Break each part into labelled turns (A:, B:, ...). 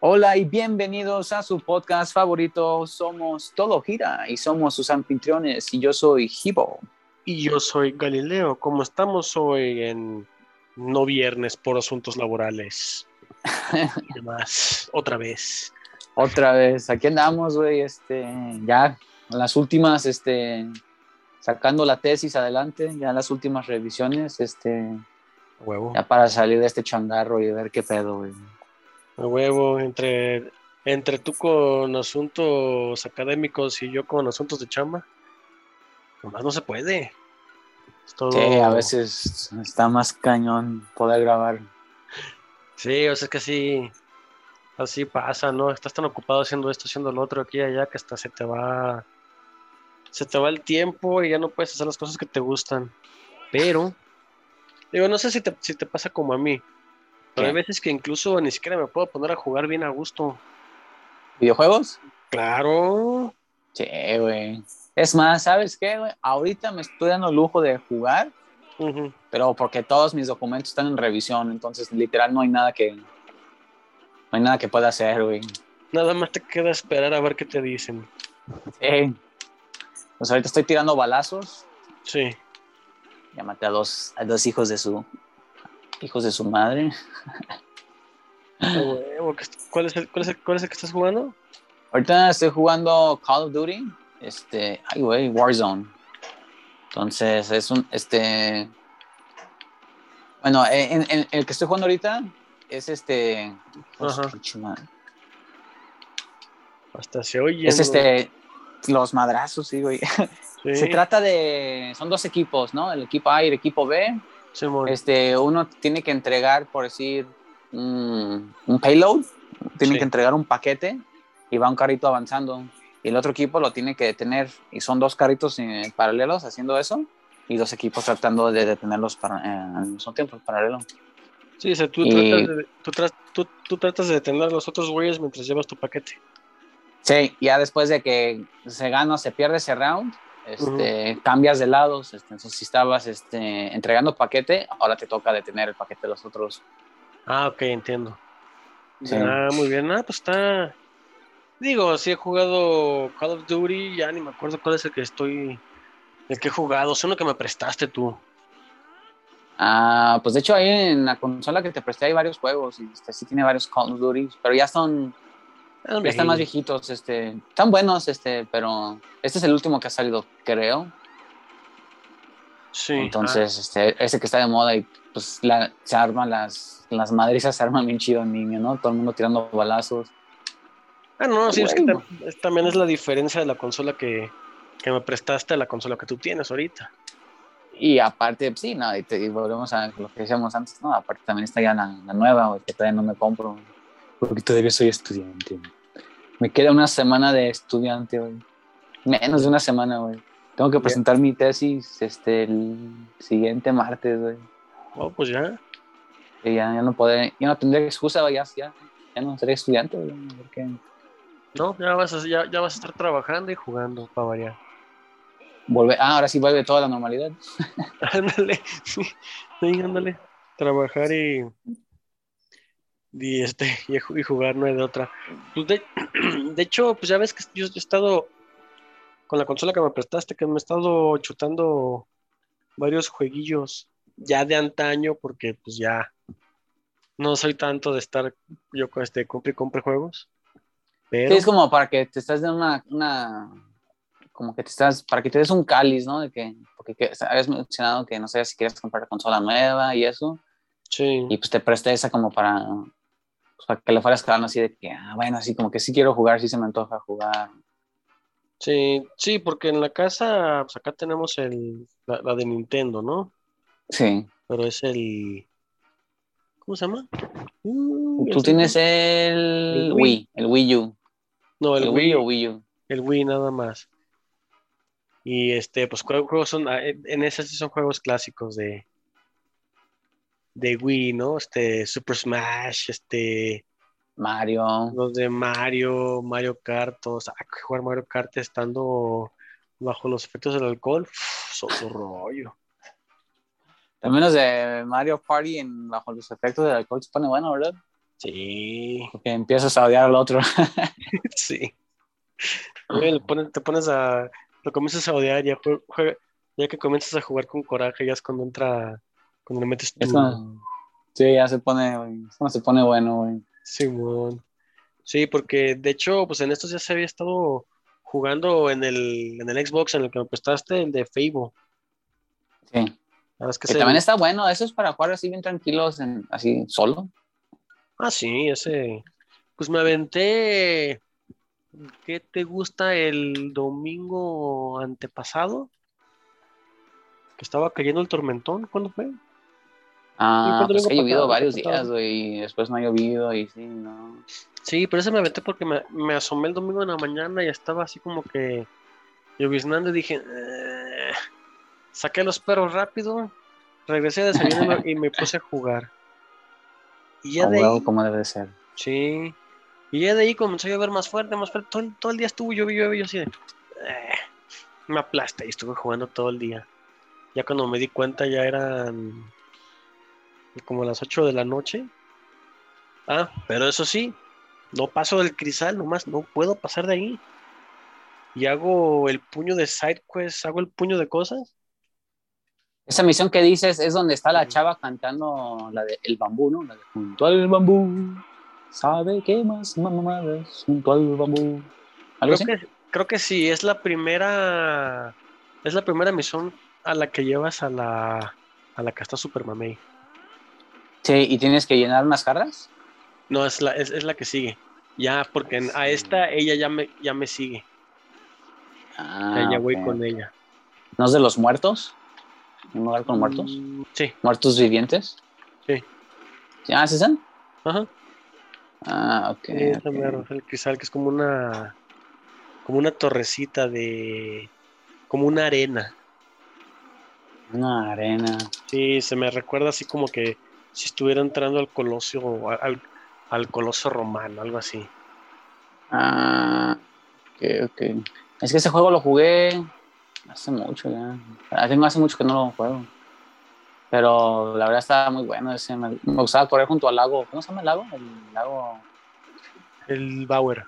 A: Hola y bienvenidos a su podcast favorito. Somos Todo Gira y somos sus anfitriones. Y yo soy Hibo.
B: Y yo soy Galileo. Como estamos hoy en no viernes por asuntos laborales y demás, otra vez.
A: Otra vez, aquí andamos, güey. Este, ya en las últimas, este, sacando la tesis adelante, ya en las últimas revisiones, este,
B: Huevo.
A: ya para salir de este changarro y ver qué pedo, güey.
B: A huevo, entre, entre tú con asuntos académicos y yo con asuntos de chamba, nomás no se puede. Es todo-
A: Sí, a veces está más cañón poder grabar.
B: Sí, o sea, es que así, así pasa, ¿no? Estás tan ocupado haciendo esto, haciendo lo otro, aquí y allá, que hasta se te va, se te va el tiempo y ya no puedes hacer las cosas que te gustan. Pero, digo, no sé si te, si te pasa como a mí, pero hay
A: ¿Qué?
B: veces que incluso ni siquiera me puedo poner a jugar bien a gusto.
A: ¿Videojuegos?
B: Claro.
A: Sí, güey. Es más, ¿sabes qué, güey? Ahorita me estoy dando el lujo de jugar,
B: Ujú.
A: pero porque todos mis documentos están en revisión, entonces literal no hay nada que no hay nada que pueda hacer, güey.
B: Nada más te queda esperar a ver qué te dicen.
A: Sí. Pues ahorita estoy tirando balazos.
B: Sí.
A: Ya maté a dos, a dos hijos de su hijos de su madre. Ah.
B: A huevo, ¿qué est- ¿Cuál es el, cuál es el- cuál es el que estás jugando?
A: Ahorita estoy jugando Call of Duty, este, ay güey, Warzone. Entonces es un, este, bueno, eh, en, en- el que estoy jugando ahorita es este,
B: Ajá.
A: Hostia, madre.
B: Hasta se oye.
A: es este, los madrazos, sí güey.
B: Sí,
A: Se trata de, son dos equipos, ¿no? El equipo A y el equipo B.
B: Simón.
A: Este, uno tiene que entregar, por decir, un, un payload, tiene
B: Sí.
A: que entregar un paquete y va un carrito avanzando. Y el otro equipo lo tiene que detener. Y son dos carritos eh, paralelos haciendo eso y dos equipos tratando de detenerlos para, eh, al mismo tiempo, paralelo.
B: Sí, o sea, tú,
A: Y-
B: tratas de, tú, tras- tú- tú tratas de detener a los otros güeyes mientras llevas tu paquete.
A: Sí, ya después de que se gana o se pierde ese round, este, cambias de lados. Este, entonces, si estabas este, entregando paquete, ahora te toca detener el paquete de los otros.
B: Ah, ok, entiendo.
A: Sí.
B: Ah, muy bien. Ah, pues está. Digo, sí he jugado Call of Duty, ya ni me acuerdo cuál es el que estoy. El que he jugado, es uno que me prestaste tú.
A: Ah, pues de hecho ahí en la consola que te presté hay varios juegos y este, sí tiene varios Call of Duty, pero ya son
B: Ah,
A: ya están más viejitos, este, están buenos, este, pero este es el último que ha salido, creo.
B: Sí.
A: Entonces, este, ese que está de moda y pues la, se arman las las madrizas se arman bien chido en línea, ¿no? Todo el mundo tirando balazos.
B: Ah, no, sí, es que
A: Bueno.
B: tam- es- también es la diferencia de la consola que, que me prestaste a la consola que tú tienes ahorita.
A: Y aparte, sí, no, y, te- y volvemos a lo que decíamos antes, ¿no? Aparte también está ya la, la nueva, güey, que todavía no me compro. Porque todavía soy estudiante. Me queda una semana de estudiante, güey. Menos de una semana, güey. Tengo que presentar mi tesis este, el siguiente martes, güey.
B: Oh, pues ya.
A: Y ya, ya no podré, ya no tendré excusa, güey, ya, ya, ya no seré estudiante, güey. Porque...
B: No, ya vas a, ya, ya vas a estar trabajando y jugando, para variar.
A: Volver, ah, ahora sí vuelve toda la normalidad.
B: Ándale, sí, sí, ándale. Trabajar y, y este y, ju- y jugar no hay de otra. Pues de, de hecho, pues ya ves que yo, yo he estado con la consola que me prestaste, que me he estado chutando varios jueguillos ya de antaño, porque pues ya no soy tanto de estar yo con este compre y compre juegos. Pero
A: Sí, es como para que te estás dando una, una- Como que te estás. Para que te des un cáliz, ¿no? De que. Porque que- habías mencionado que no sabías si querías comprar consola nueva y eso.
B: sí,
A: Y pues te presté esa como para. pues, para que le fueras quedando así de que. Ah, bueno, así como que sí quiero jugar, sí se me antoja jugar.
B: sí, sí, porque en la casa, pues acá tenemos el, la- la de Nintendo, ¿no?
A: Sí.
B: pero es el. ¿Cómo se llama?
A: Tú tienes el.
B: El Wii.
A: Wii, el Wii U.
B: No, el,
A: El
B: Wii,
A: Wii o Wii U.
B: el Wii nada más. Y este, pues jue- juegos son. ah, En en esas sí son juegos clásicos de. De Wii, ¿no? Este, Super Smash, este.
A: Mario.
B: Los de Mario, Mario Kart, o sea, jugar Mario Kart estando bajo los efectos del alcohol, uf, es otro rollo.
A: Al menos de Mario Party en bajo los efectos del alcohol se pone bueno, ¿verdad?
B: Sí,
A: Porque empiezas a odiar al otro.
B: sí. Güey, le pones- te pones a. Lo comienzas a odiar, ya, jue- juega- ya que comienzas a jugar con coraje, ya es cuando entra. Cuando le metes tu.
A: Es cuando- sí, ya se pone, güey, es cuando se pone bueno, güey.
B: Simón. Sí, porque de hecho, pues en estos ya se había estado jugando en el, en el Xbox, en el que me prestaste, el de Fable.
A: Sí.
B: La verdad es que
A: Que
B: se-
A: también está bueno, eso es para jugar así bien tranquilos, en- así solo.
B: Ah, sí, ese. Pues me aventé. ¿Qué te gusta el domingo antepasado? Que estaba cayendo el tormentón. ¿Cuándo fue?
A: Ah,
B: cuándo
A: pues
B: vengo
A: ha llovido
B: pasado?
A: varios
B: ¿Pasado?
A: días, güey, y después no ha llovido, y sí, no.
B: Sí, pero ese me aventé porque me, me asomé el domingo en la mañana y estaba así como que lloviznando y dije, "Eh". saqué los perros rápido, regresé a desayunar y me puse a jugar. Y ya
A: A
B: de ahí,
A: huevo, como debe de ser.
B: sí, y ya de ahí comenzó a llover más fuerte, más fuerte, todo, el- todo el día estuvo lloviendo, lloviendo, yo así de, "Eh". me aplasta y estuve jugando todo el día. Ya cuando me di cuenta ya eran como las 8 de la noche. Ah, pero eso sí, no paso del crisal nomás, no puedo pasar de ahí. Y hago el puño de side quest, hago el puño de cosas.
A: Esa misión que dices es donde está la
B: Sí.
A: chava cantando la de El Bambú, ¿no? La de Junto al Bambú, ¿sabe qué más mamadas? Junto al Bambú. Algo
B: Creo
A: así.
B: que, creo que sí, es la primera, es la primera misión a la que llevas a la, a la que está Super Mamey.
A: Sí, y tienes que llenar unas cargas.
B: No, es la, es, es la que sigue. Ya, porque en- a
A: Sí.
B: esta ella ya me, ya me sigue. O sea,
A: Ah,
B: ya voy
A: ok.
B: con ella.
A: ¿No es de los muertos? ¿Un lugar con muertos?
B: Mm, Sí,
A: ¿Muertos vivientes?
B: Sí.
A: ¿Ah, sí son?
B: ajá.
A: Ah, ok.
B: Sí, esa
A: ok.
B: mero, el crisal, que es como una, como una torrecita de, como una arena.
A: Una arena.
B: Sí, se me recuerda así como que si estuviera entrando al colosio, o al, al colosio romano, algo así.
A: Ah, ok, ok. Es que ese juego lo jugué hace mucho ya. Ah, Tengo hace mucho que no lo juego. Pero la verdad estaba muy bueno ese. Me, me gustaba correr junto al lago. ¿Cómo se llama el lago? El lago.
B: El Bauer.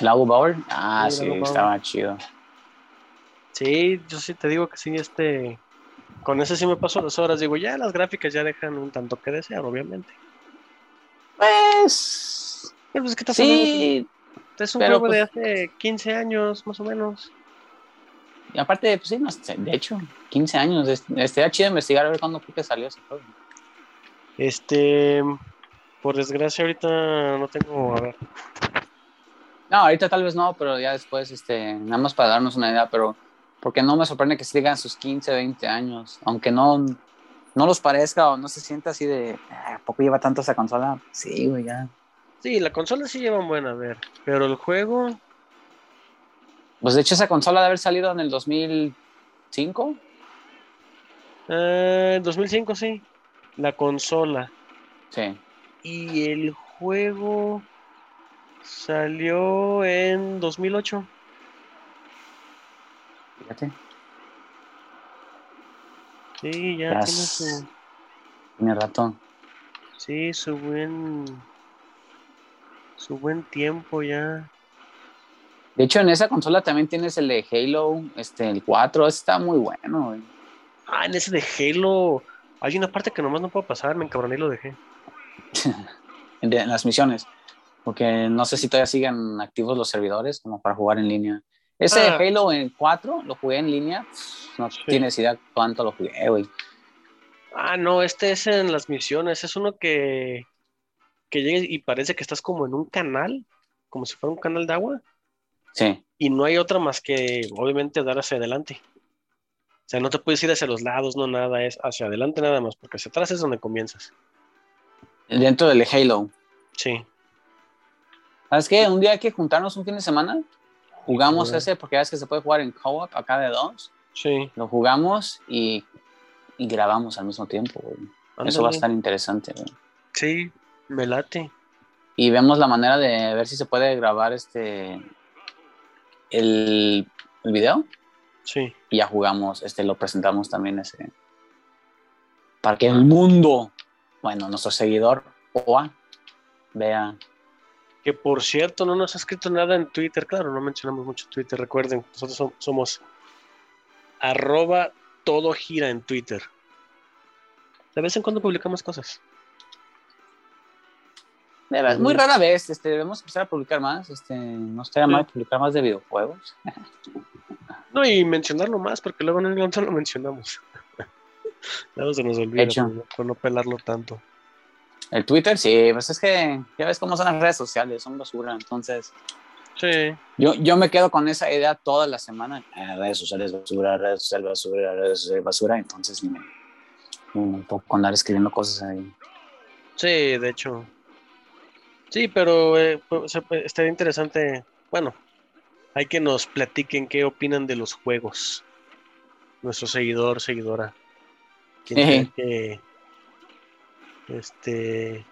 A: ¿Lago Bauer? Ah,
B: Sí,
A: sí,
B: Lago Bauer.
A: estaba chido.
B: Sí, yo sí te digo que sí, este, con ese sí me paso las horas. Digo, ya las gráficas ya dejan un tanto que desear, obviamente.
A: Pues.
B: Pero pues, ¿qué estás hablando?
A: Sí,
B: Es un
A: pero pues
B: juego de hace 15 años, más o menos.
A: y aparte, pues sí, no sé, de hecho, 15 años. es- Estaría chido investigar a ver cuándo fue que salió ese juego.
B: Este, por desgracia ahorita no tengo, a ver.
A: No, ahorita tal vez no, pero ya después, este, nada más para darnos una idea, pero porque no me sorprende que sigan sus 15, 20 años, aunque no, no los parezca o no se sienta así de, "Ah, ¿a poco lleva tanto esa consola? Sí, güey, ya.
B: Sí, la consola sí lleva un buen a ver, pero el juego,
A: Pues de hecho esa consola de haber salido en el 2005,
B: eh, 2005 sí, la consola
A: sí,
B: y el juego salió en 2008.
A: fíjate,
B: Sí, ya
A: Ya
B: tiene
A: es-
B: su,
A: tiene ratón.
B: sí, su buen, su buen tiempo ya.
A: De hecho en esa consola también tienes el de Halo, este, el 4, ese está muy bueno, güey.
B: Ah, en ese de Halo, hay una parte que nomás no puedo pasar, me encabroné y lo dejé.
A: en, de- en las misiones, porque no sé si todavía sigan activos los servidores como para jugar en línea. Ese
B: Ah.
A: de Halo en 4 lo jugué en línea, no
B: Sí.
A: tienes idea cuánto lo jugué, güey.
B: Ah, no, este es en las misiones, es uno que, que llegues y parece que estás como en un canal, como si fuera un canal de agua,
A: Sí,
B: y no hay otra más que obviamente dar hacia adelante. O sea, no te puedes ir hacia los lados, no nada, es hacia adelante nada más, porque hacia atrás es donde comienzas.
A: dentro del Halo.
B: Sí.
A: ¿Sabes qué? Un día hay que juntarnos un fin de semana, jugamos
B: Órale.
A: ese porque ya es que se puede jugar en co-op acá de dos,
B: Sí.
A: lo jugamos y, y grabamos al mismo tiempo, güey. Eso va a
B: ándale.
A: estar interesante, güey.
B: Sí, me late.
A: y vemos la manera de ver si se puede grabar este el, el video
B: Sí.
A: y ya jugamos, este lo presentamos también ese para que el mundo, bueno, nuestro seguidor OA Vean.
B: Que por cierto, no nos ha escrito nada en Twitter. Claro, no mencionamos mucho Twitter. Recuerden, nosotros som- somos arroba todo gira en Twitter. De vez en cuando publicamos cosas.
A: De verdad, Muy
B: Mm.
A: rara vez, este, debemos empezar a publicar más. Este, no estaría
B: Sí.
A: mal publicar más de videojuegos.
B: No, y mencionarlo más, porque luego no, no lo mencionamos. luego se nos olvida
A: Hecho.
B: por no- por no pelarlo tanto.
A: El Twitter, sí, pues es que ya ves cómo son las redes sociales, son basura. Entonces,
B: Sí.
A: yo, yo me quedo con esa idea toda la semana. Eh, redes sociales, basura, redes sociales, basura, redes sociales, basura. Entonces, ni me, ni me puedo andar escribiendo cosas ahí.
B: Sí, de hecho. Sí, pero eh, pues, o sea, pues, estaría interesante. Bueno, hay que nos platiquen qué opinan de los juegos. Nuestro seguidor, seguidora. Quien sea
A: Ejé.
B: que. Este.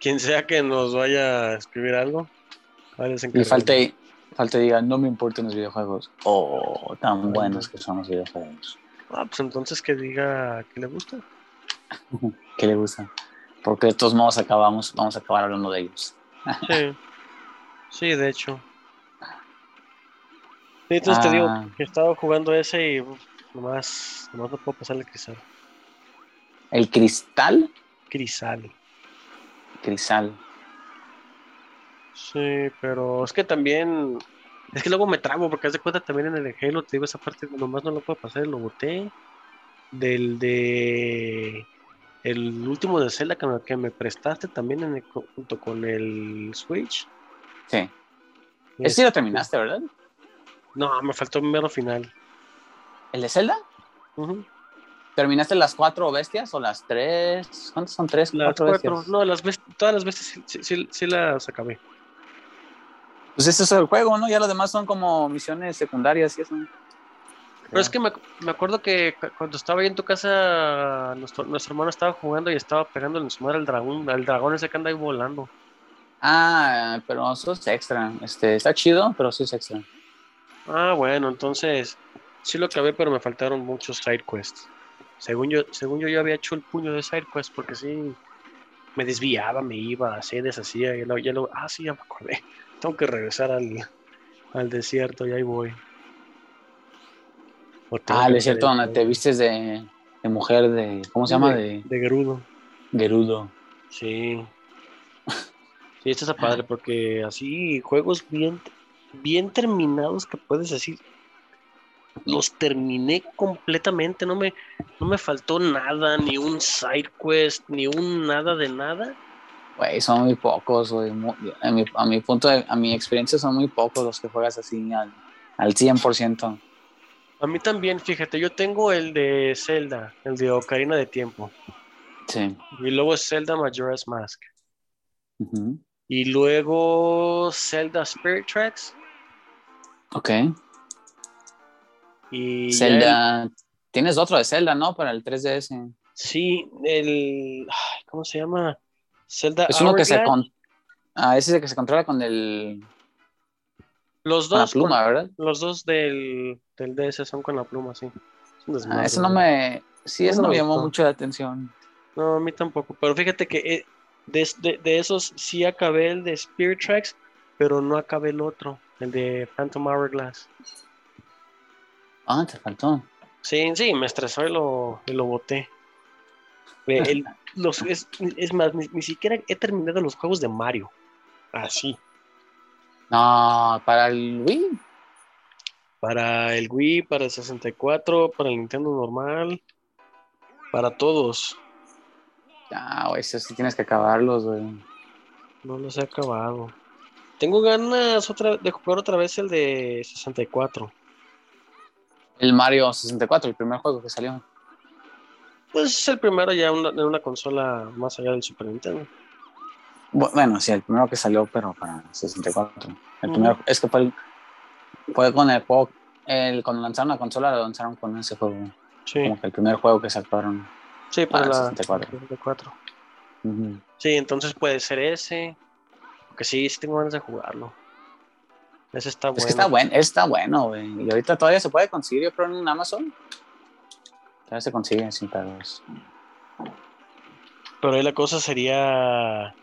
B: Quien sea que nos vaya a escribir algo. ahí les
A: Y
B: encargamos.
A: falta, falta diga, no me importan los videojuegos. Oh, tan buenos que son los videojuegos.
B: Ah, pues entonces que diga que le gusta.
A: ¿Qué le gusta? Porque de todos modos acabamos, vamos a acabar hablando de ellos.
B: Sí. Sí, de hecho. Sí, entonces te digo
A: Ah.
B: que estaba jugando ese y uf, nomás, nomás no puedo pasar el crisal.
A: El cristal,
B: Crisal.
A: cristal.
B: Sí, pero es que también. Es que luego me trabo, porque haz de cuenta también en el Halo, te digo esa parte, nomás no lo puedo pasar, lo boté. Del de. El último de Zelda que me, que me prestaste también en el co- junto con el Switch.
A: Sí. Ese sí lo terminaste, ¿verdad?
B: No, me faltó el mero final.
A: ¿El de Zelda?
B: Ujú.
A: ¿Terminaste las cuatro bestias o las tres? ¿Cuántas son tres?
B: Las
A: cuatro,
B: cuatro,
A: bestias.
B: no, las best- todas las veces sí, sí- sí- sí las acabé.
A: Pues ese es el juego, ¿no? Ya los demás son como misiones secundarias y eso.
B: Pero es que me, ac- me acuerdo que cu- cuando estaba ahí en tu casa, nuestro, nuestro hermano estaba jugando y estaba pegándole en su madre al dragón, al dragón ese que anda ahí volando.
A: Ah, pero eso es extra. Este, está chido, pero sí es extra.
B: Ah, bueno, entonces sí lo acabé, pero me faltaron muchos side quests. Según yo, según yo, yo había hecho el puño de side quest porque sí me desviaba, me iba, así deshacía. Y luego, ya luego- ah, sí, ya me acordé. Tengo que regresar al, al desierto y ahí voy. O tengo
A: Ah,
B: que
A: el desierto
B: hacer
A: donde
B: esto.
A: te vistes de, de mujer, de. ¿Cómo se llama? De
B: De Gerudo.
A: Gerudo.
B: Sí. Sí, esto está padre porque así juegos bien, bien terminados que puedes decir, los terminé completamente, no me, no me faltó nada, ni un side quest, ni un nada de nada.
A: Güey, son muy pocos, güey. mu- A mi, a mi punto, de- a mi experiencia, son muy pocos los que juegas así al, al 100%.
B: A mí también, fíjate, yo tengo el de Zelda, el de Ocarina de Tiempo,
A: Sí.
B: y luego Zelda Majora's Mask,
A: Ujú.
B: y luego Zelda Spirit Tracks,
A: Ok.
B: y ya el-
A: Zelda. Tienes otro de Zelda, ¿no? Para el 3DS.
B: Sí, el. ay, ¿Cómo se llama? Zelda
A: Es uno que se.
B: Hourglass.
A: Con... Ah, ese es el que se controla con el.
B: Los
A: Con la
B: dos,
A: pluma, ¿verdad?
B: con- los dos del, del DS son con la pluma, sí. Es
A: Ah,
B: un desmadre,
A: eso no
B: güey.
A: me. Sí,
B: No
A: eso no
B: me
A: me llamó
B: gustó.
A: mucho la atención.
B: No, a mí tampoco. Pero fíjate que eh, de, de- de esos sí acabé el de Spirit Tracks, pero no acabé el otro, el de Phantom Hourglass.
A: Ah, te faltó.
B: Sí, sí, me estresó y lo, y lo boté. Ve, el- los, es, es más, ni, ni siquiera he terminado los juegos de Mario. Así.
A: No, para el Wii.
B: Para el Wii, para el 64, para el Nintendo normal, para todos.
A: Ah, güey, eso sí tienes que acabarlos, güey.
B: No los he acabado. Tengo ganas otra de jugar otra vez el de 64.
A: El Mario 64, el primer juego que salió.
B: Pues es el primero ya una- en una consola más allá del Super Nintendo.
A: Bu- Bueno, sí, el primero que salió, pero para 64. El
B: Ujú.
A: primero, es que fue, el- fue con el juego, el, cuando lanzaron la consola, lo lanzaron con ese juego.
B: Sí,
A: Como que el primer juego que sacaron.
B: sí, para
A: Ah,
B: la
A: 64.
B: 64.
A: Ujú.
B: Sí, entonces puede ser ese. Porque sí, sí tengo ganas de jugarlo. Ese está
A: Es
B: bueno.
A: que está bueno, está bueno, güey. Y ahorita todavía se puede conseguir, yo creo, en Amazon. Todavía se consigue sin pedos.
B: Pero ahí la cosa sería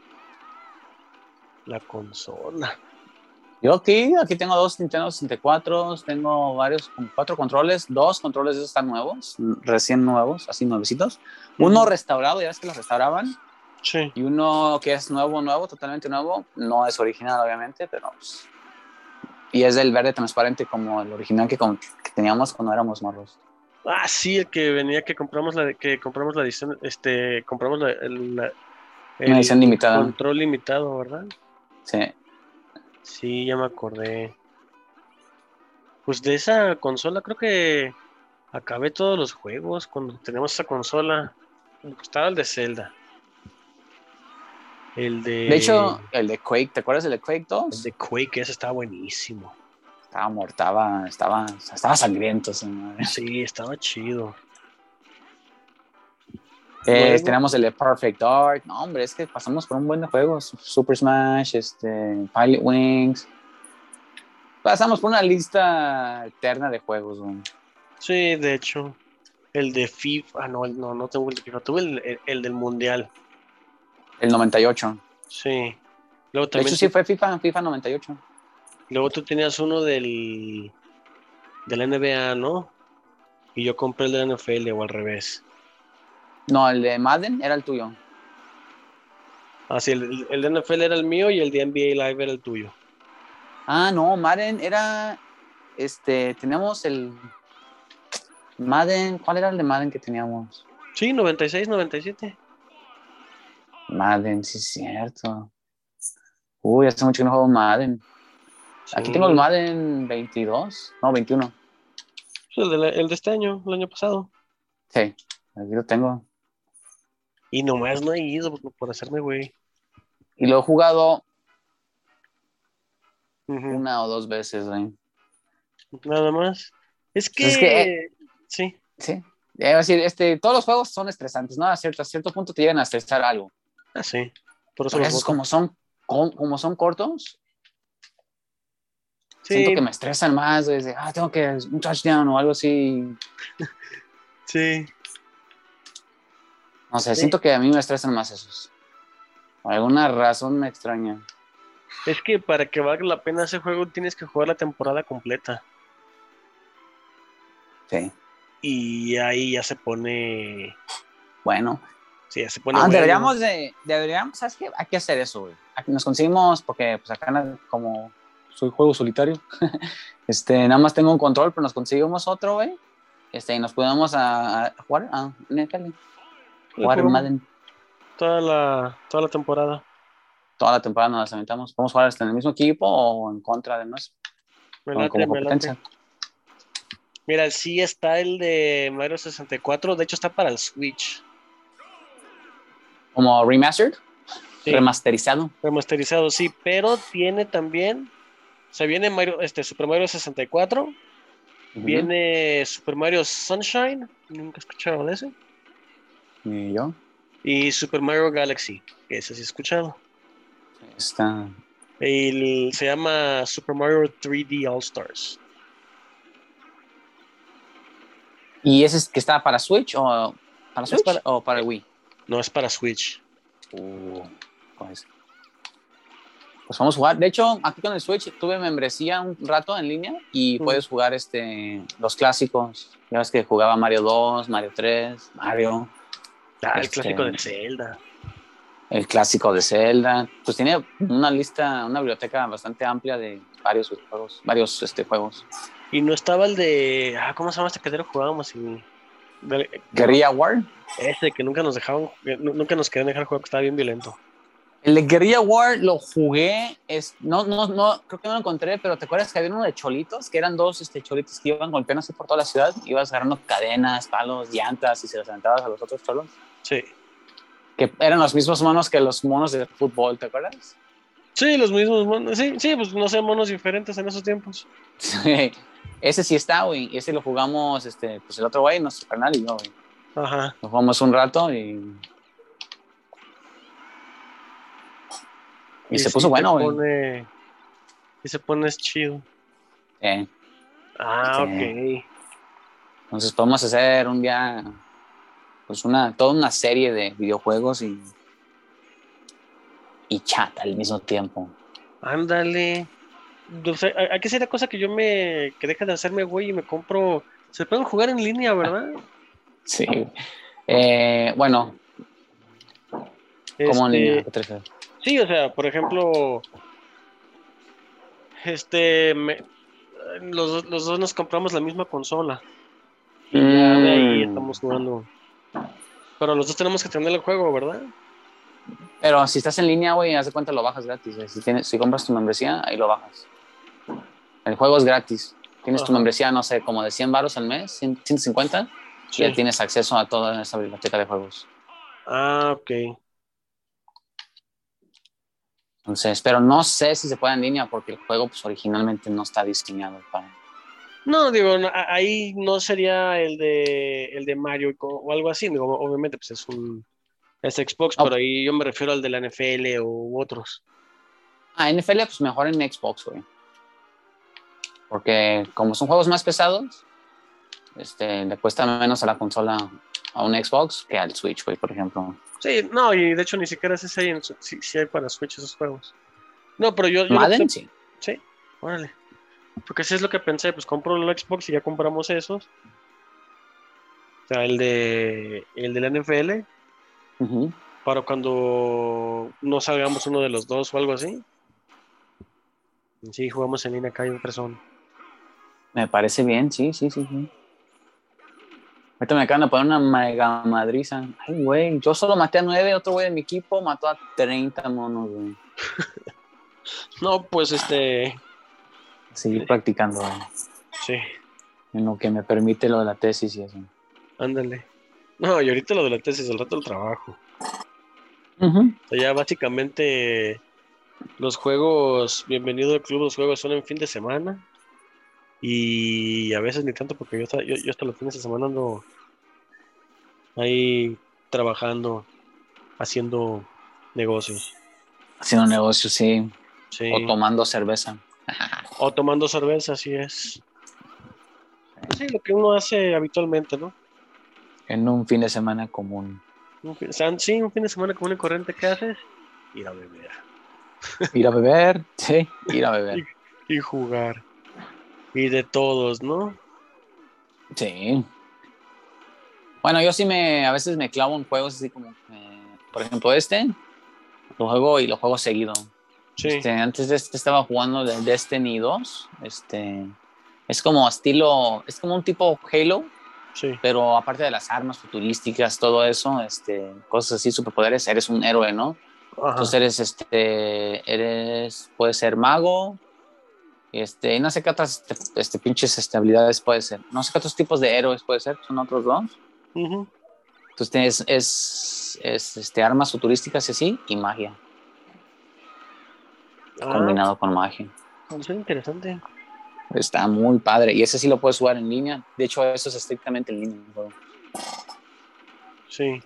B: La consola.
A: Yo aquí, aquí tengo dos Nintendo 64, tengo varios, con cuatro controles, dos controles esos están nuevos, recién nuevos, así nuevecitos. Uno restaurado, ya ves que los restauraban,
B: Sí.
A: y uno que es nuevo, nuevo, totalmente nuevo, no es original obviamente, pero... pues, y es del verde transparente como el original que, con- que teníamos cuando éramos morros.
B: Ah, sí, el que venía que compramos la de- que compramos la edición, este, compramos la, el, la- el
A: Una edición limitada.
B: control limitado, ¿verdad?
A: Sí.
B: Sí, ya me acordé. Pues de esa consola creo que acabé todos los juegos cuando tenemos esa consola. Me gustaba el de Zelda. El de,
A: De hecho, el de Quake, ¿te acuerdas del de Quake 2?
B: Eh. el de Quake, ese estaba buenísimo.
A: Estaba mortaba, estaba, estaba sangriento. esa madre.
B: Sí, estaba chido.
A: Eh,
B: Luego-
A: tenemos el de Perfect Dark. No, hombre, es que pasamos por un buen de juegos. Super Smash, este, Pilot Wings. Pasamos por una lista eterna de juegos. güey.
B: Sí, de hecho, el de FIFA, ah, no, el- no, no tengo el de FIFA, tuve el, el- el del Mundial,
A: El 98.
B: sí. Luego
A: De
B: también,
A: hecho, sí fue FIFA, FIFA 98.
B: luego tú tenías uno del, del NBA, ¿no? Y yo compré el de la NFL o al revés.
A: No, el de Madden era el tuyo.
B: Ah, sí, el, el de NFL era el mío y el de NBA Live era el tuyo.
A: Ah, no, Madden era. Este, teníamos el. Madden, ¿cuál era el de Madden que teníamos?
B: Sí, 96, 97.
A: Madden, sí es cierto. Uy, hace mucho que no juego Madden. Aquí
B: Sí.
A: tengo el Madden 22, no, 21.
B: El de, la- el de este año, el año pasado.
A: Sí, aquí lo tengo.
B: Y nomás no he ido por, por hacerme, güey.
A: Y lo he jugado
B: Ujú.
A: una o dos veces, güey.
B: Nada más. Es que...
A: Pues es que-
B: Sí.
A: Sí. Es decir, este, todos los juegos son estresantes, ¿no? A cierto, a cierto punto te llegan a estresar algo.
B: Ah, sí. Por eso
A: Porque
B: los
A: esos
B: voto.
A: como son, como, como son cortos,
B: Sí,
A: siento que me estresan más, güey. de, ah, tengo que un touchdown o algo así.
B: sí.
A: No sé,
B: Sí.
A: siento que a mí me estresan más esos. Por alguna razón me extraña.
B: Es que para que valga la pena ese juego tienes que jugar la temporada completa.
A: Sí.
B: Y ahí ya se pone.
A: Bueno,
B: Sí, ya se pone.
A: Ah,
B: bueno.
A: deberíamos de, deberíamos, ¿sabes qué? Hay que hacer eso, güey. Aquí Nos conseguimos, porque pues acá na- como soy juego solitario, este, nada más tengo un control, pero nos conseguimos otro, güey. Este, y nos podemos a, a jugar ah, a NFL,
B: Le
A: jugar
B: jugamos
A: Madden.
B: Toda la, toda la temporada.
A: Toda la temporada nos las aventamos. Podemos jugar hasta en el mismo equipo o en contra de nuestro,
B: Me
A: o
B: late,
A: como
B: me late.
A: competencia.
B: Mira, sí está el de Mario 64. De hecho, está para el Switch.
A: Como remastered,
B: Sí,
A: remasterizado.
B: remasterizado, sí. Pero tiene también. Se viene Mario, este, Super Mario 64. Viene Super Mario Sunshine. Nunca he escuchado de ese.
A: Ujú. Y yo.
B: Y Super Mario Galaxy. Que ese sí he escuchado.
A: Está.
B: El- se llama Super Mario 3D All Stars.
A: ¿Y ese es que está para Switch o para
B: Es
A: Switch
B: para-
A: o para el Wii?
B: No es para Switch.
A: Uh, pues. Pues vamos a jugar. De hecho, aquí con el Switch tuve membresía un rato en línea y
B: Mm.
A: puedes jugar este, los clásicos. Ya ves que jugaba Mario 2, Mario 3, Mario,
B: Ah, el
A: Este-
B: clásico de Zelda.
A: el clásico de Zelda. Pues tiene una lista, una biblioteca bastante amplia de varios juegos. Varios este, juegos.
B: Y no estaba el de. Ah, ¿cómo se llama este que lo jugábamos? Y, del-
A: Guerrilla War.
B: ese que nunca nos dejaban. que nu- Nunca nos querían dejar jugar, que estaba bien violento.
A: El de Guerrilla War lo jugué, es, no, no, no, creo que no lo encontré, pero ¿te acuerdas que había uno de cholitos? Que eran dos este, cholitos que iban golpeando así por toda la ciudad, ibas agarrando cadenas, palos, llantas y se las aventabas a los otros cholos.
B: Sí.
A: Que eran los mismos monos que los monos de fútbol, ¿te acuerdas?
B: Sí, los mismos monos. Sí, sí, pues no sé, monos diferentes en esos tiempos.
A: Sí. Ese sí está, güey, y ese lo jugamos, este, pues el otro güey, nuestro canal y yo, güey.
B: Ajá.
A: Lo jugamos un rato y... Y, se
B: sí
A: puso
B: te
A: bueno, güey.
B: pone- Y se pone chido.
A: Eh,
B: Ah,
A: Sí.
B: ok.
A: Entonces podemos hacer un día, pues una, toda una serie de videojuegos y y chat al mismo tiempo.
B: Ándale. O sea, ¿a- ¿a qué sería cosa que yo me. que deja de hacerme, güey, y me compro. Se pueden jugar en línea, ¿verdad?
A: Sí. Eh, bueno, como Ah, en
B: Este,
A: línea. ¿qué te refieres?
B: Sí, o sea, por ejemplo, este, me- los, dos- los dos nos compramos la misma consola. Y ya de ahí
A: Mm.
B: estamos jugando. Pero los dos tenemos que tener el juego, ¿verdad?
A: Pero si estás en línea, güey, haz de cuenta lo bajas gratis. güey. Si, tienes, si compras tu membresía, ahí lo bajas. El juego es gratis. Tienes tu
B: Ajá. membresía,
A: membresía, no sé, como de 100 baros al mes, 100 150,
B: Sí.
A: y ya tienes acceso a toda esa biblioteca de juegos.
B: Ah, ok.
A: Entonces, pero no sé si se puede en línea porque el juego pues, originalmente no está diseñado para.
B: No, digo, no, a- ahí no sería el de, el de Mario y co- o algo así. Digo, obviamente, pues es un es Xbox,
A: Ah.
B: pero ahí yo me refiero al de la NFL u otros.
A: Ah, NFL, pues mejor en Xbox, güey. Porque como son juegos más pesados, este, le cuesta menos a la consola, a un Xbox, que al Switch, güey, por ejemplo.
B: Sí, no, y de hecho ni siquiera sé si hay, en- si, si hay para Switch esos juegos. No, pero yo, yo lo que
A: Madden, sí.
B: Órale. Porque así es lo que pensé, pues compro el Xbox y ya compramos esos. O sea, el de el de la NFL
A: Ujú.
B: para cuando no salgamos uno de los dos o algo así. Sí, jugamos en línea acá en persona.
A: Me parece bien, sí, sí, sí, sí. Ahorita me acaban de poner una mega madriza. Ay, güey, yo solo maté a nueve, otro güey de mi equipo mató a 30 monos, güey.
B: No, pues este,
A: Seguir practicando, güey.
B: sí,
A: En lo que me permite lo de la tesis y eso.
B: ándale. No, y ahorita lo de la tesis, el rato del trabajo.
A: Ujú.
B: O sea, ya básicamente los juegos, bienvenido al club, los juegos son en fin de semana. Y a veces ni tanto porque yo hasta, yo, yo hasta los fines de semana ando ahí trabajando, haciendo negocios.
A: Haciendo negocios, sí.
B: Ah, Sí.
A: O tomando cerveza.
B: O tomando cerveza, así es. Pues Sí, lo que uno hace habitualmente, ¿no?
A: En un fin de semana común.
B: Un fin- o sea, sí, un fin de semana común y corriente, ¿qué haces? Ir a beber.
A: Ir a beber, sí, ir a beber.
B: Y jugar. Y de todos, ¿no?
A: Sí. Bueno, yo sí me, a veces me clavo en juegos así como, eh, por ejemplo, este, lo juego y lo juego seguido.
B: Sí.
A: Este, antes de este estaba jugando de Destiny 2. Este, es como estilo, es como un tipo Halo,
B: Sí.
A: pero aparte de las armas futurísticas, todo eso, este, cosas así, superpoderes, eres un héroe, ¿no?
B: Ajá.
A: Entonces eres, este, eres, puedes ser mago, este, y no sé qué otras, este, este, pinches este, habilidades puede ser. No sé qué otros tipos de héroes puede ser, son otros dos.
B: Ujú.
A: Entonces tienes, es, es, este, armas futurísticas y así, y magia,
B: Ah,
A: combinado con magia.
B: pues es interesante.
A: Está muy padre. Y ese sí lo puedes jugar en línea. De hecho, eso es estrictamente en línea. el juego.
B: Sí.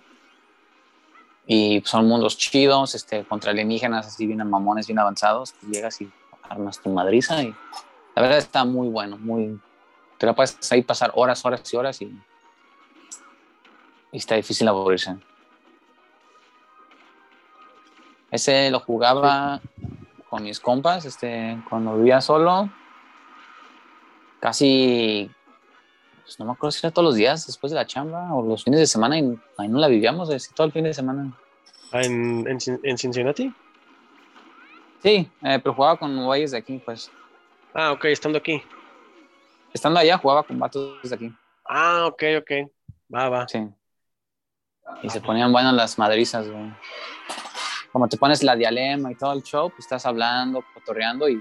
A: Y son mundos chidos, este, contra alienígenas, así bien mamones, bien avanzados. Tú llegas y armas tu madriza. Y la verdad está muy bueno. muy Te la puedes ahí pasar horas, horas y horas. Y, y está difícil aburrirse. Ese lo jugaba con mis compas, este, cuando vivía solo. Casi pues no me acuerdo si era todos los días después de la chamba o los fines de semana y ahí no la vivíamos, así todo el fin de semana.
B: Ah, ¿En, en, Cin- en Cincinnati?
A: Sí, eh, pero jugaba con güeyes de aquí, pues.
B: Ah, ok, estando aquí.
A: Estando allá jugaba con vatos de aquí,
B: Ah, ok, ok. Va, va.
A: sí. Y se ponían buenas las madrizas, güey. Como te pones la dialema y todo el show, pues estás hablando, cotorreando y,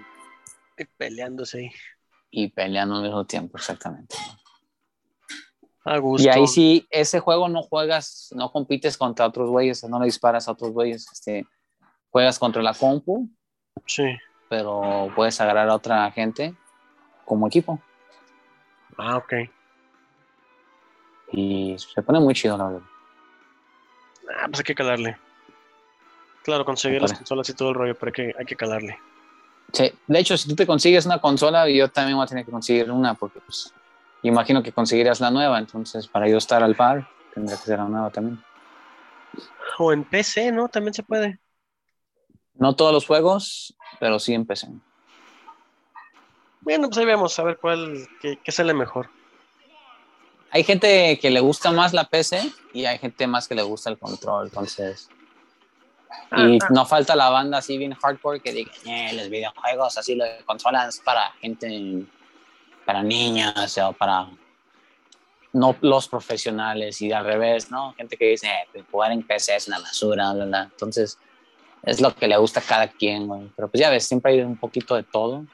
B: Y Peleándose ahí.
A: y peleando al mismo tiempo, exactamente.
B: A gusto.
A: Y ahí sí, ese juego no juegas, no compites contra otros güeyes, no le disparas a otros güeyes, este, juegas contra la compu
B: Sí.
A: pero puedes agarrar a otra gente como equipo.
B: Ah, ok.
A: Y se pone muy chido, la verdad.
B: Ah, pues hay que calarle. Claro, conseguir las
A: Órale.
B: consolas y todo el rollo, pero hay que, hay que calarle.
A: Sí, De hecho, si tú te consigues una consola, yo también voy a tener que conseguir una, porque pues imagino que conseguirás la nueva, entonces para yo estar al par, tendría que ser la nueva también.
B: O en PC, ¿no? También se puede.
A: No todos los juegos, pero sí empecé.
B: Bueno, pues ahí vemos a ver cuál, qué, qué sale mejor.
A: Hay gente que le gusta más la PC y hay gente más que le gusta el control, entonces. Y no falta la banda así bien hardcore que diga, "Eh, los videojuegos así los controlas para gente, para niñas o para no los profesionales y al revés, ¿no? Gente que dice, "Eh, jugar en PC es una basura, bla, bla". Entonces, es lo que le gusta a cada quien, güey. Pero pues ya ves, siempre hay un poquito de todo.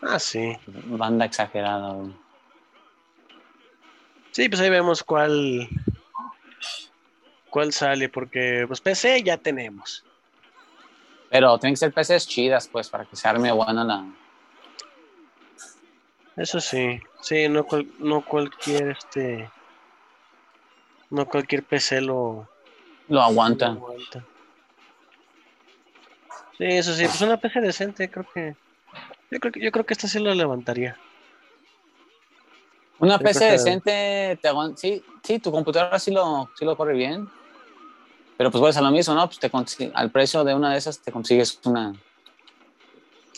B: Ah, sí.
A: Banda exagerada, güey.
B: Sí, pues ahí vemos cuál, cuál sale, porque pues PC ya tenemos.
A: Pero tienen que ser PCs chidas, pues, para que se arme buena la.
B: Eso sí, sí, no, cual- no cualquier este, no cualquier PC lo,
A: Lo
B: lo
A: aguanta.
B: aguanta. Sí, eso sí, pues una PC decente, creo que, yo creo que, yo creo que esta sí lo levantaría.
A: Una
B: Yo
A: PC
B: creo que-
A: decente, te aguan- sí, sí, tu computadora sí lo, sí lo corre bien. Pero pues vuelves a lo mismo, ¿no? Pues te consi- al precio de una de esas te consigues una,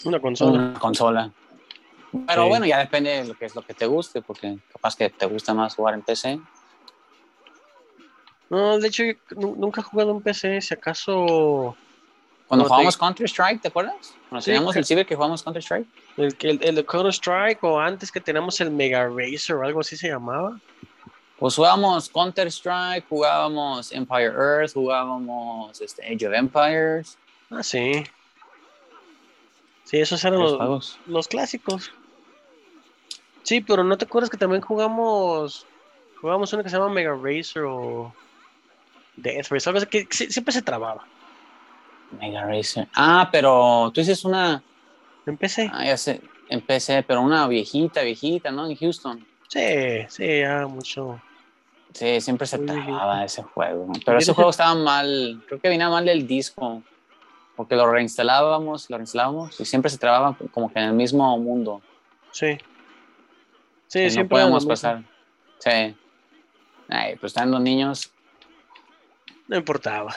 B: Una consola.
A: una consola. Ah, Pero
B: Sí.
A: bueno, ya depende de lo que es lo que te guste, porque capaz que te gusta más jugar en PC.
B: No, de hecho, yo nu- nunca he jugado un PC, si acaso
A: Cuando
B: No,
A: jugamos Counter-Strike, ¿te acuerdas? Cuando
B: Sí,
A: teníamos
B: que-
A: el Ciber que jugamos Counter-Strike.
B: el, que- el, el de Counter-Strike o antes que teníamos el Mega Racer o algo así se llamaba.
A: Pues jugábamos Counter-Strike, jugábamos Empire Earth, jugábamos este, Age of Empires.
B: Ah, sí. Sí, esos eran
A: varios
B: los,
A: juegos.
B: los clásicos. Sí, pero ¿no te acuerdas que también jugamos jugamos uno que se llama Mega Racer o Death Race? Algo así que si- siempre se trababa.
A: Mega Racer. Ah, pero tú dices una.
B: Empecé.
A: Ah, ya sé. Empecé, pero una viejita, viejita, ¿no? En Houston.
B: Sí, sí, ya mucho.
A: Sí, siempre se
B: Muy
A: trababa ese juego. Pero
B: Mira
A: ese
B: ese-
A: juego estaba mal. Creo que venía mal el disco. Porque lo reinstalábamos, lo reinstalábamos y siempre se trababa como que en el mismo mundo.
B: Sí. Sí,
A: que no
B: siempre era lo
A: podíamos
B: mismo.
A: pasar. Sí. Ay, pues estando niños,
B: No importaba.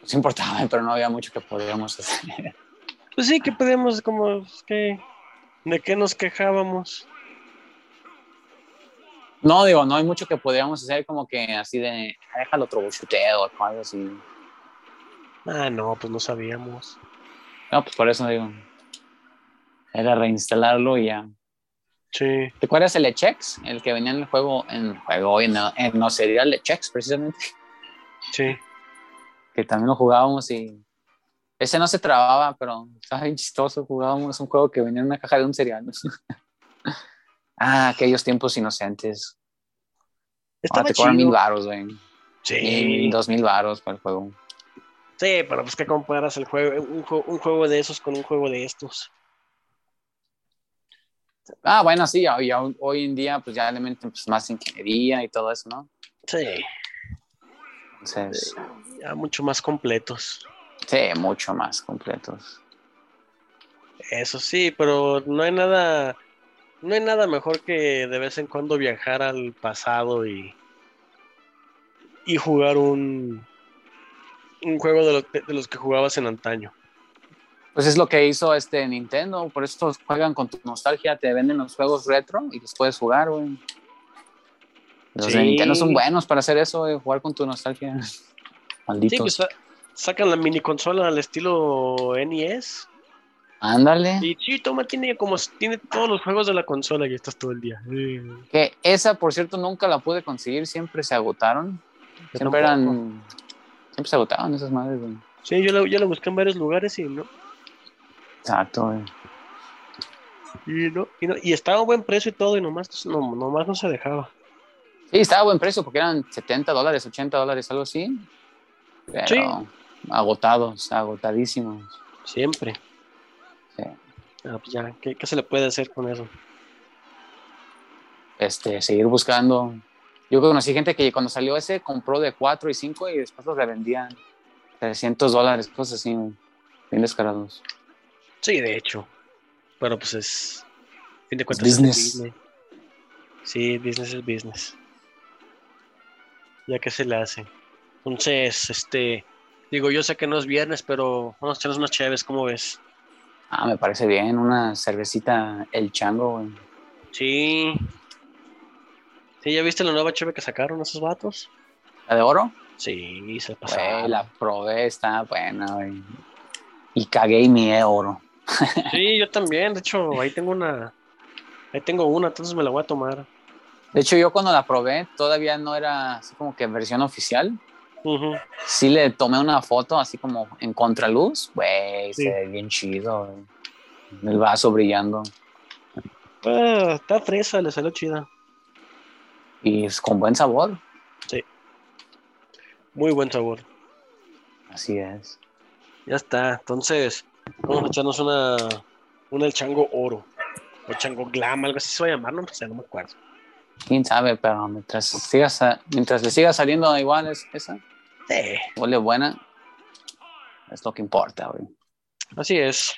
A: nos importaba, pero no había mucho que podíamos hacer.
B: Pues sí, que podíamos como que de qué nos quejábamos.
A: No, digo, no hay mucho que podíamos hacer como que así de, "Ah, déjalo troubleshooter o algo así.
B: Ah, no, pues no sabíamos.
A: No, pues por eso digo, era reinstalarlo y ya.
B: Sí.
A: ¿Te acuerdas el Echex? El que venía en el juego, en juego, en, en no sería el Echex precisamente,
B: Sí.
A: que también lo jugábamos y ese no se trababa, pero estaba bien chistoso, jugábamos un juego que venía en una caja de un cereal. ah, aquellos tiempos inocentes. Ahora
B: Estaba
A: Ah, te cobran mil
B: chido.
A: baros, güey. Mil,
B: Sí.
A: dos mil baros para el juego.
B: Sí, pero pues que comparas el juego, un, jue- un juego de esos con un juego de estos.
A: Ah, bueno, sí, ya- ya hoy en día pues ya le meten pues, más ingeniería y todo eso, ¿no?
B: Sí,
A: Entonces,
B: ya mucho más completos.
A: sí, mucho más completos.
B: Eso sí, pero no hay nada, no hay nada mejor que de vez en cuando viajar al pasado y, y jugar un, un juego de los, de los que jugabas en antaño.
A: Pues es lo que hizo este Nintendo, por eso juegan con tu nostalgia, te venden los juegos retro y los puedes jugar, güey. Los de
B: Sí.
A: Nintendo son buenos para hacer eso, güey, jugar con tu nostalgia.
B: Sí,
A: Malditos.
B: pues sa- sacan la mini consola al estilo NES.
A: Ándale.
B: Y sí, toma, tiene como tiene todos los juegos de la consola y estás todo el día. Sí.
A: Que esa, por cierto, nunca la pude conseguir, siempre se agotaron. Siempre
B: Yo tampoco.
A: eran. Siempre se agotaban esas madres, güey.
B: Sí, yo la, yo la busqué en varios lugares y no,
A: Exacto, güey.
B: y no, y no, y estaba a buen precio y todo, y nomás no, nomás no se dejaba.
A: Sí, estaba a buen precio porque eran 70 dólares, 80 dólares, algo así. Pero
B: Sí.
A: agotados, agotadísimos.
B: Siempre.
A: Sí.
B: Ah, pues ya, ¿qué, qué se le puede hacer con eso?
A: Este, seguir buscando. Yo conocí gente que cuando salió ese compró de 4 y 5 y después los revendían 300 dólares, cosas así, güey. bien descarados.
B: Sí, de hecho. Pero pues es. a Fin de cuentas
A: business.
B: es Disney. Sí, business es business. Ya que se le hace. Entonces, este. Digo, yo sé que no es viernes, pero vamos a echarnos unas chéves, ¿cómo ves?
A: Ah, me parece bien, una cervecita El Chango, güey.
B: Sí. Sí, ¿ya viste la nueva chévere que sacaron esos vatos?
A: ¿La de oro?
B: Sí, se
A: Güey,
B: pasaron.
A: la probé, está buena, güey. Y cagué y mié oro.
B: Sí, yo también, de hecho, ahí tengo una. Ahí tengo una, entonces me la voy a tomar.
A: De hecho, yo cuando la probé todavía no era así como que versión oficial.
B: Ujú.
A: Sí le tomé una foto así como en contraluz. Güey,
B: Sí.
A: se ve bien chido, güey. El vaso brillando.
B: Ah, está fresa, le salió chida.
A: Y es con buen sabor.
B: Muy buen sabor.
A: Así es.
B: Ya está, entonces vamos a echarnos una, una del chango oro o chango glam, algo así se va a llamar, no sé, no me acuerdo.
A: Quién sabe, pero mientras, sigas a- mientras le siga saliendo igual es, esa,
B: Sí,
A: huele buena. Es lo que importa, güey.
B: así es.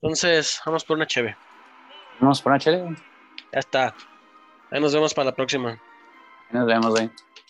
B: Entonces, vamos por una cheve.
A: Vamos por una chela, güey.
B: Ya está. Ahí nos vemos para la próxima.
A: Nos vemos, güey.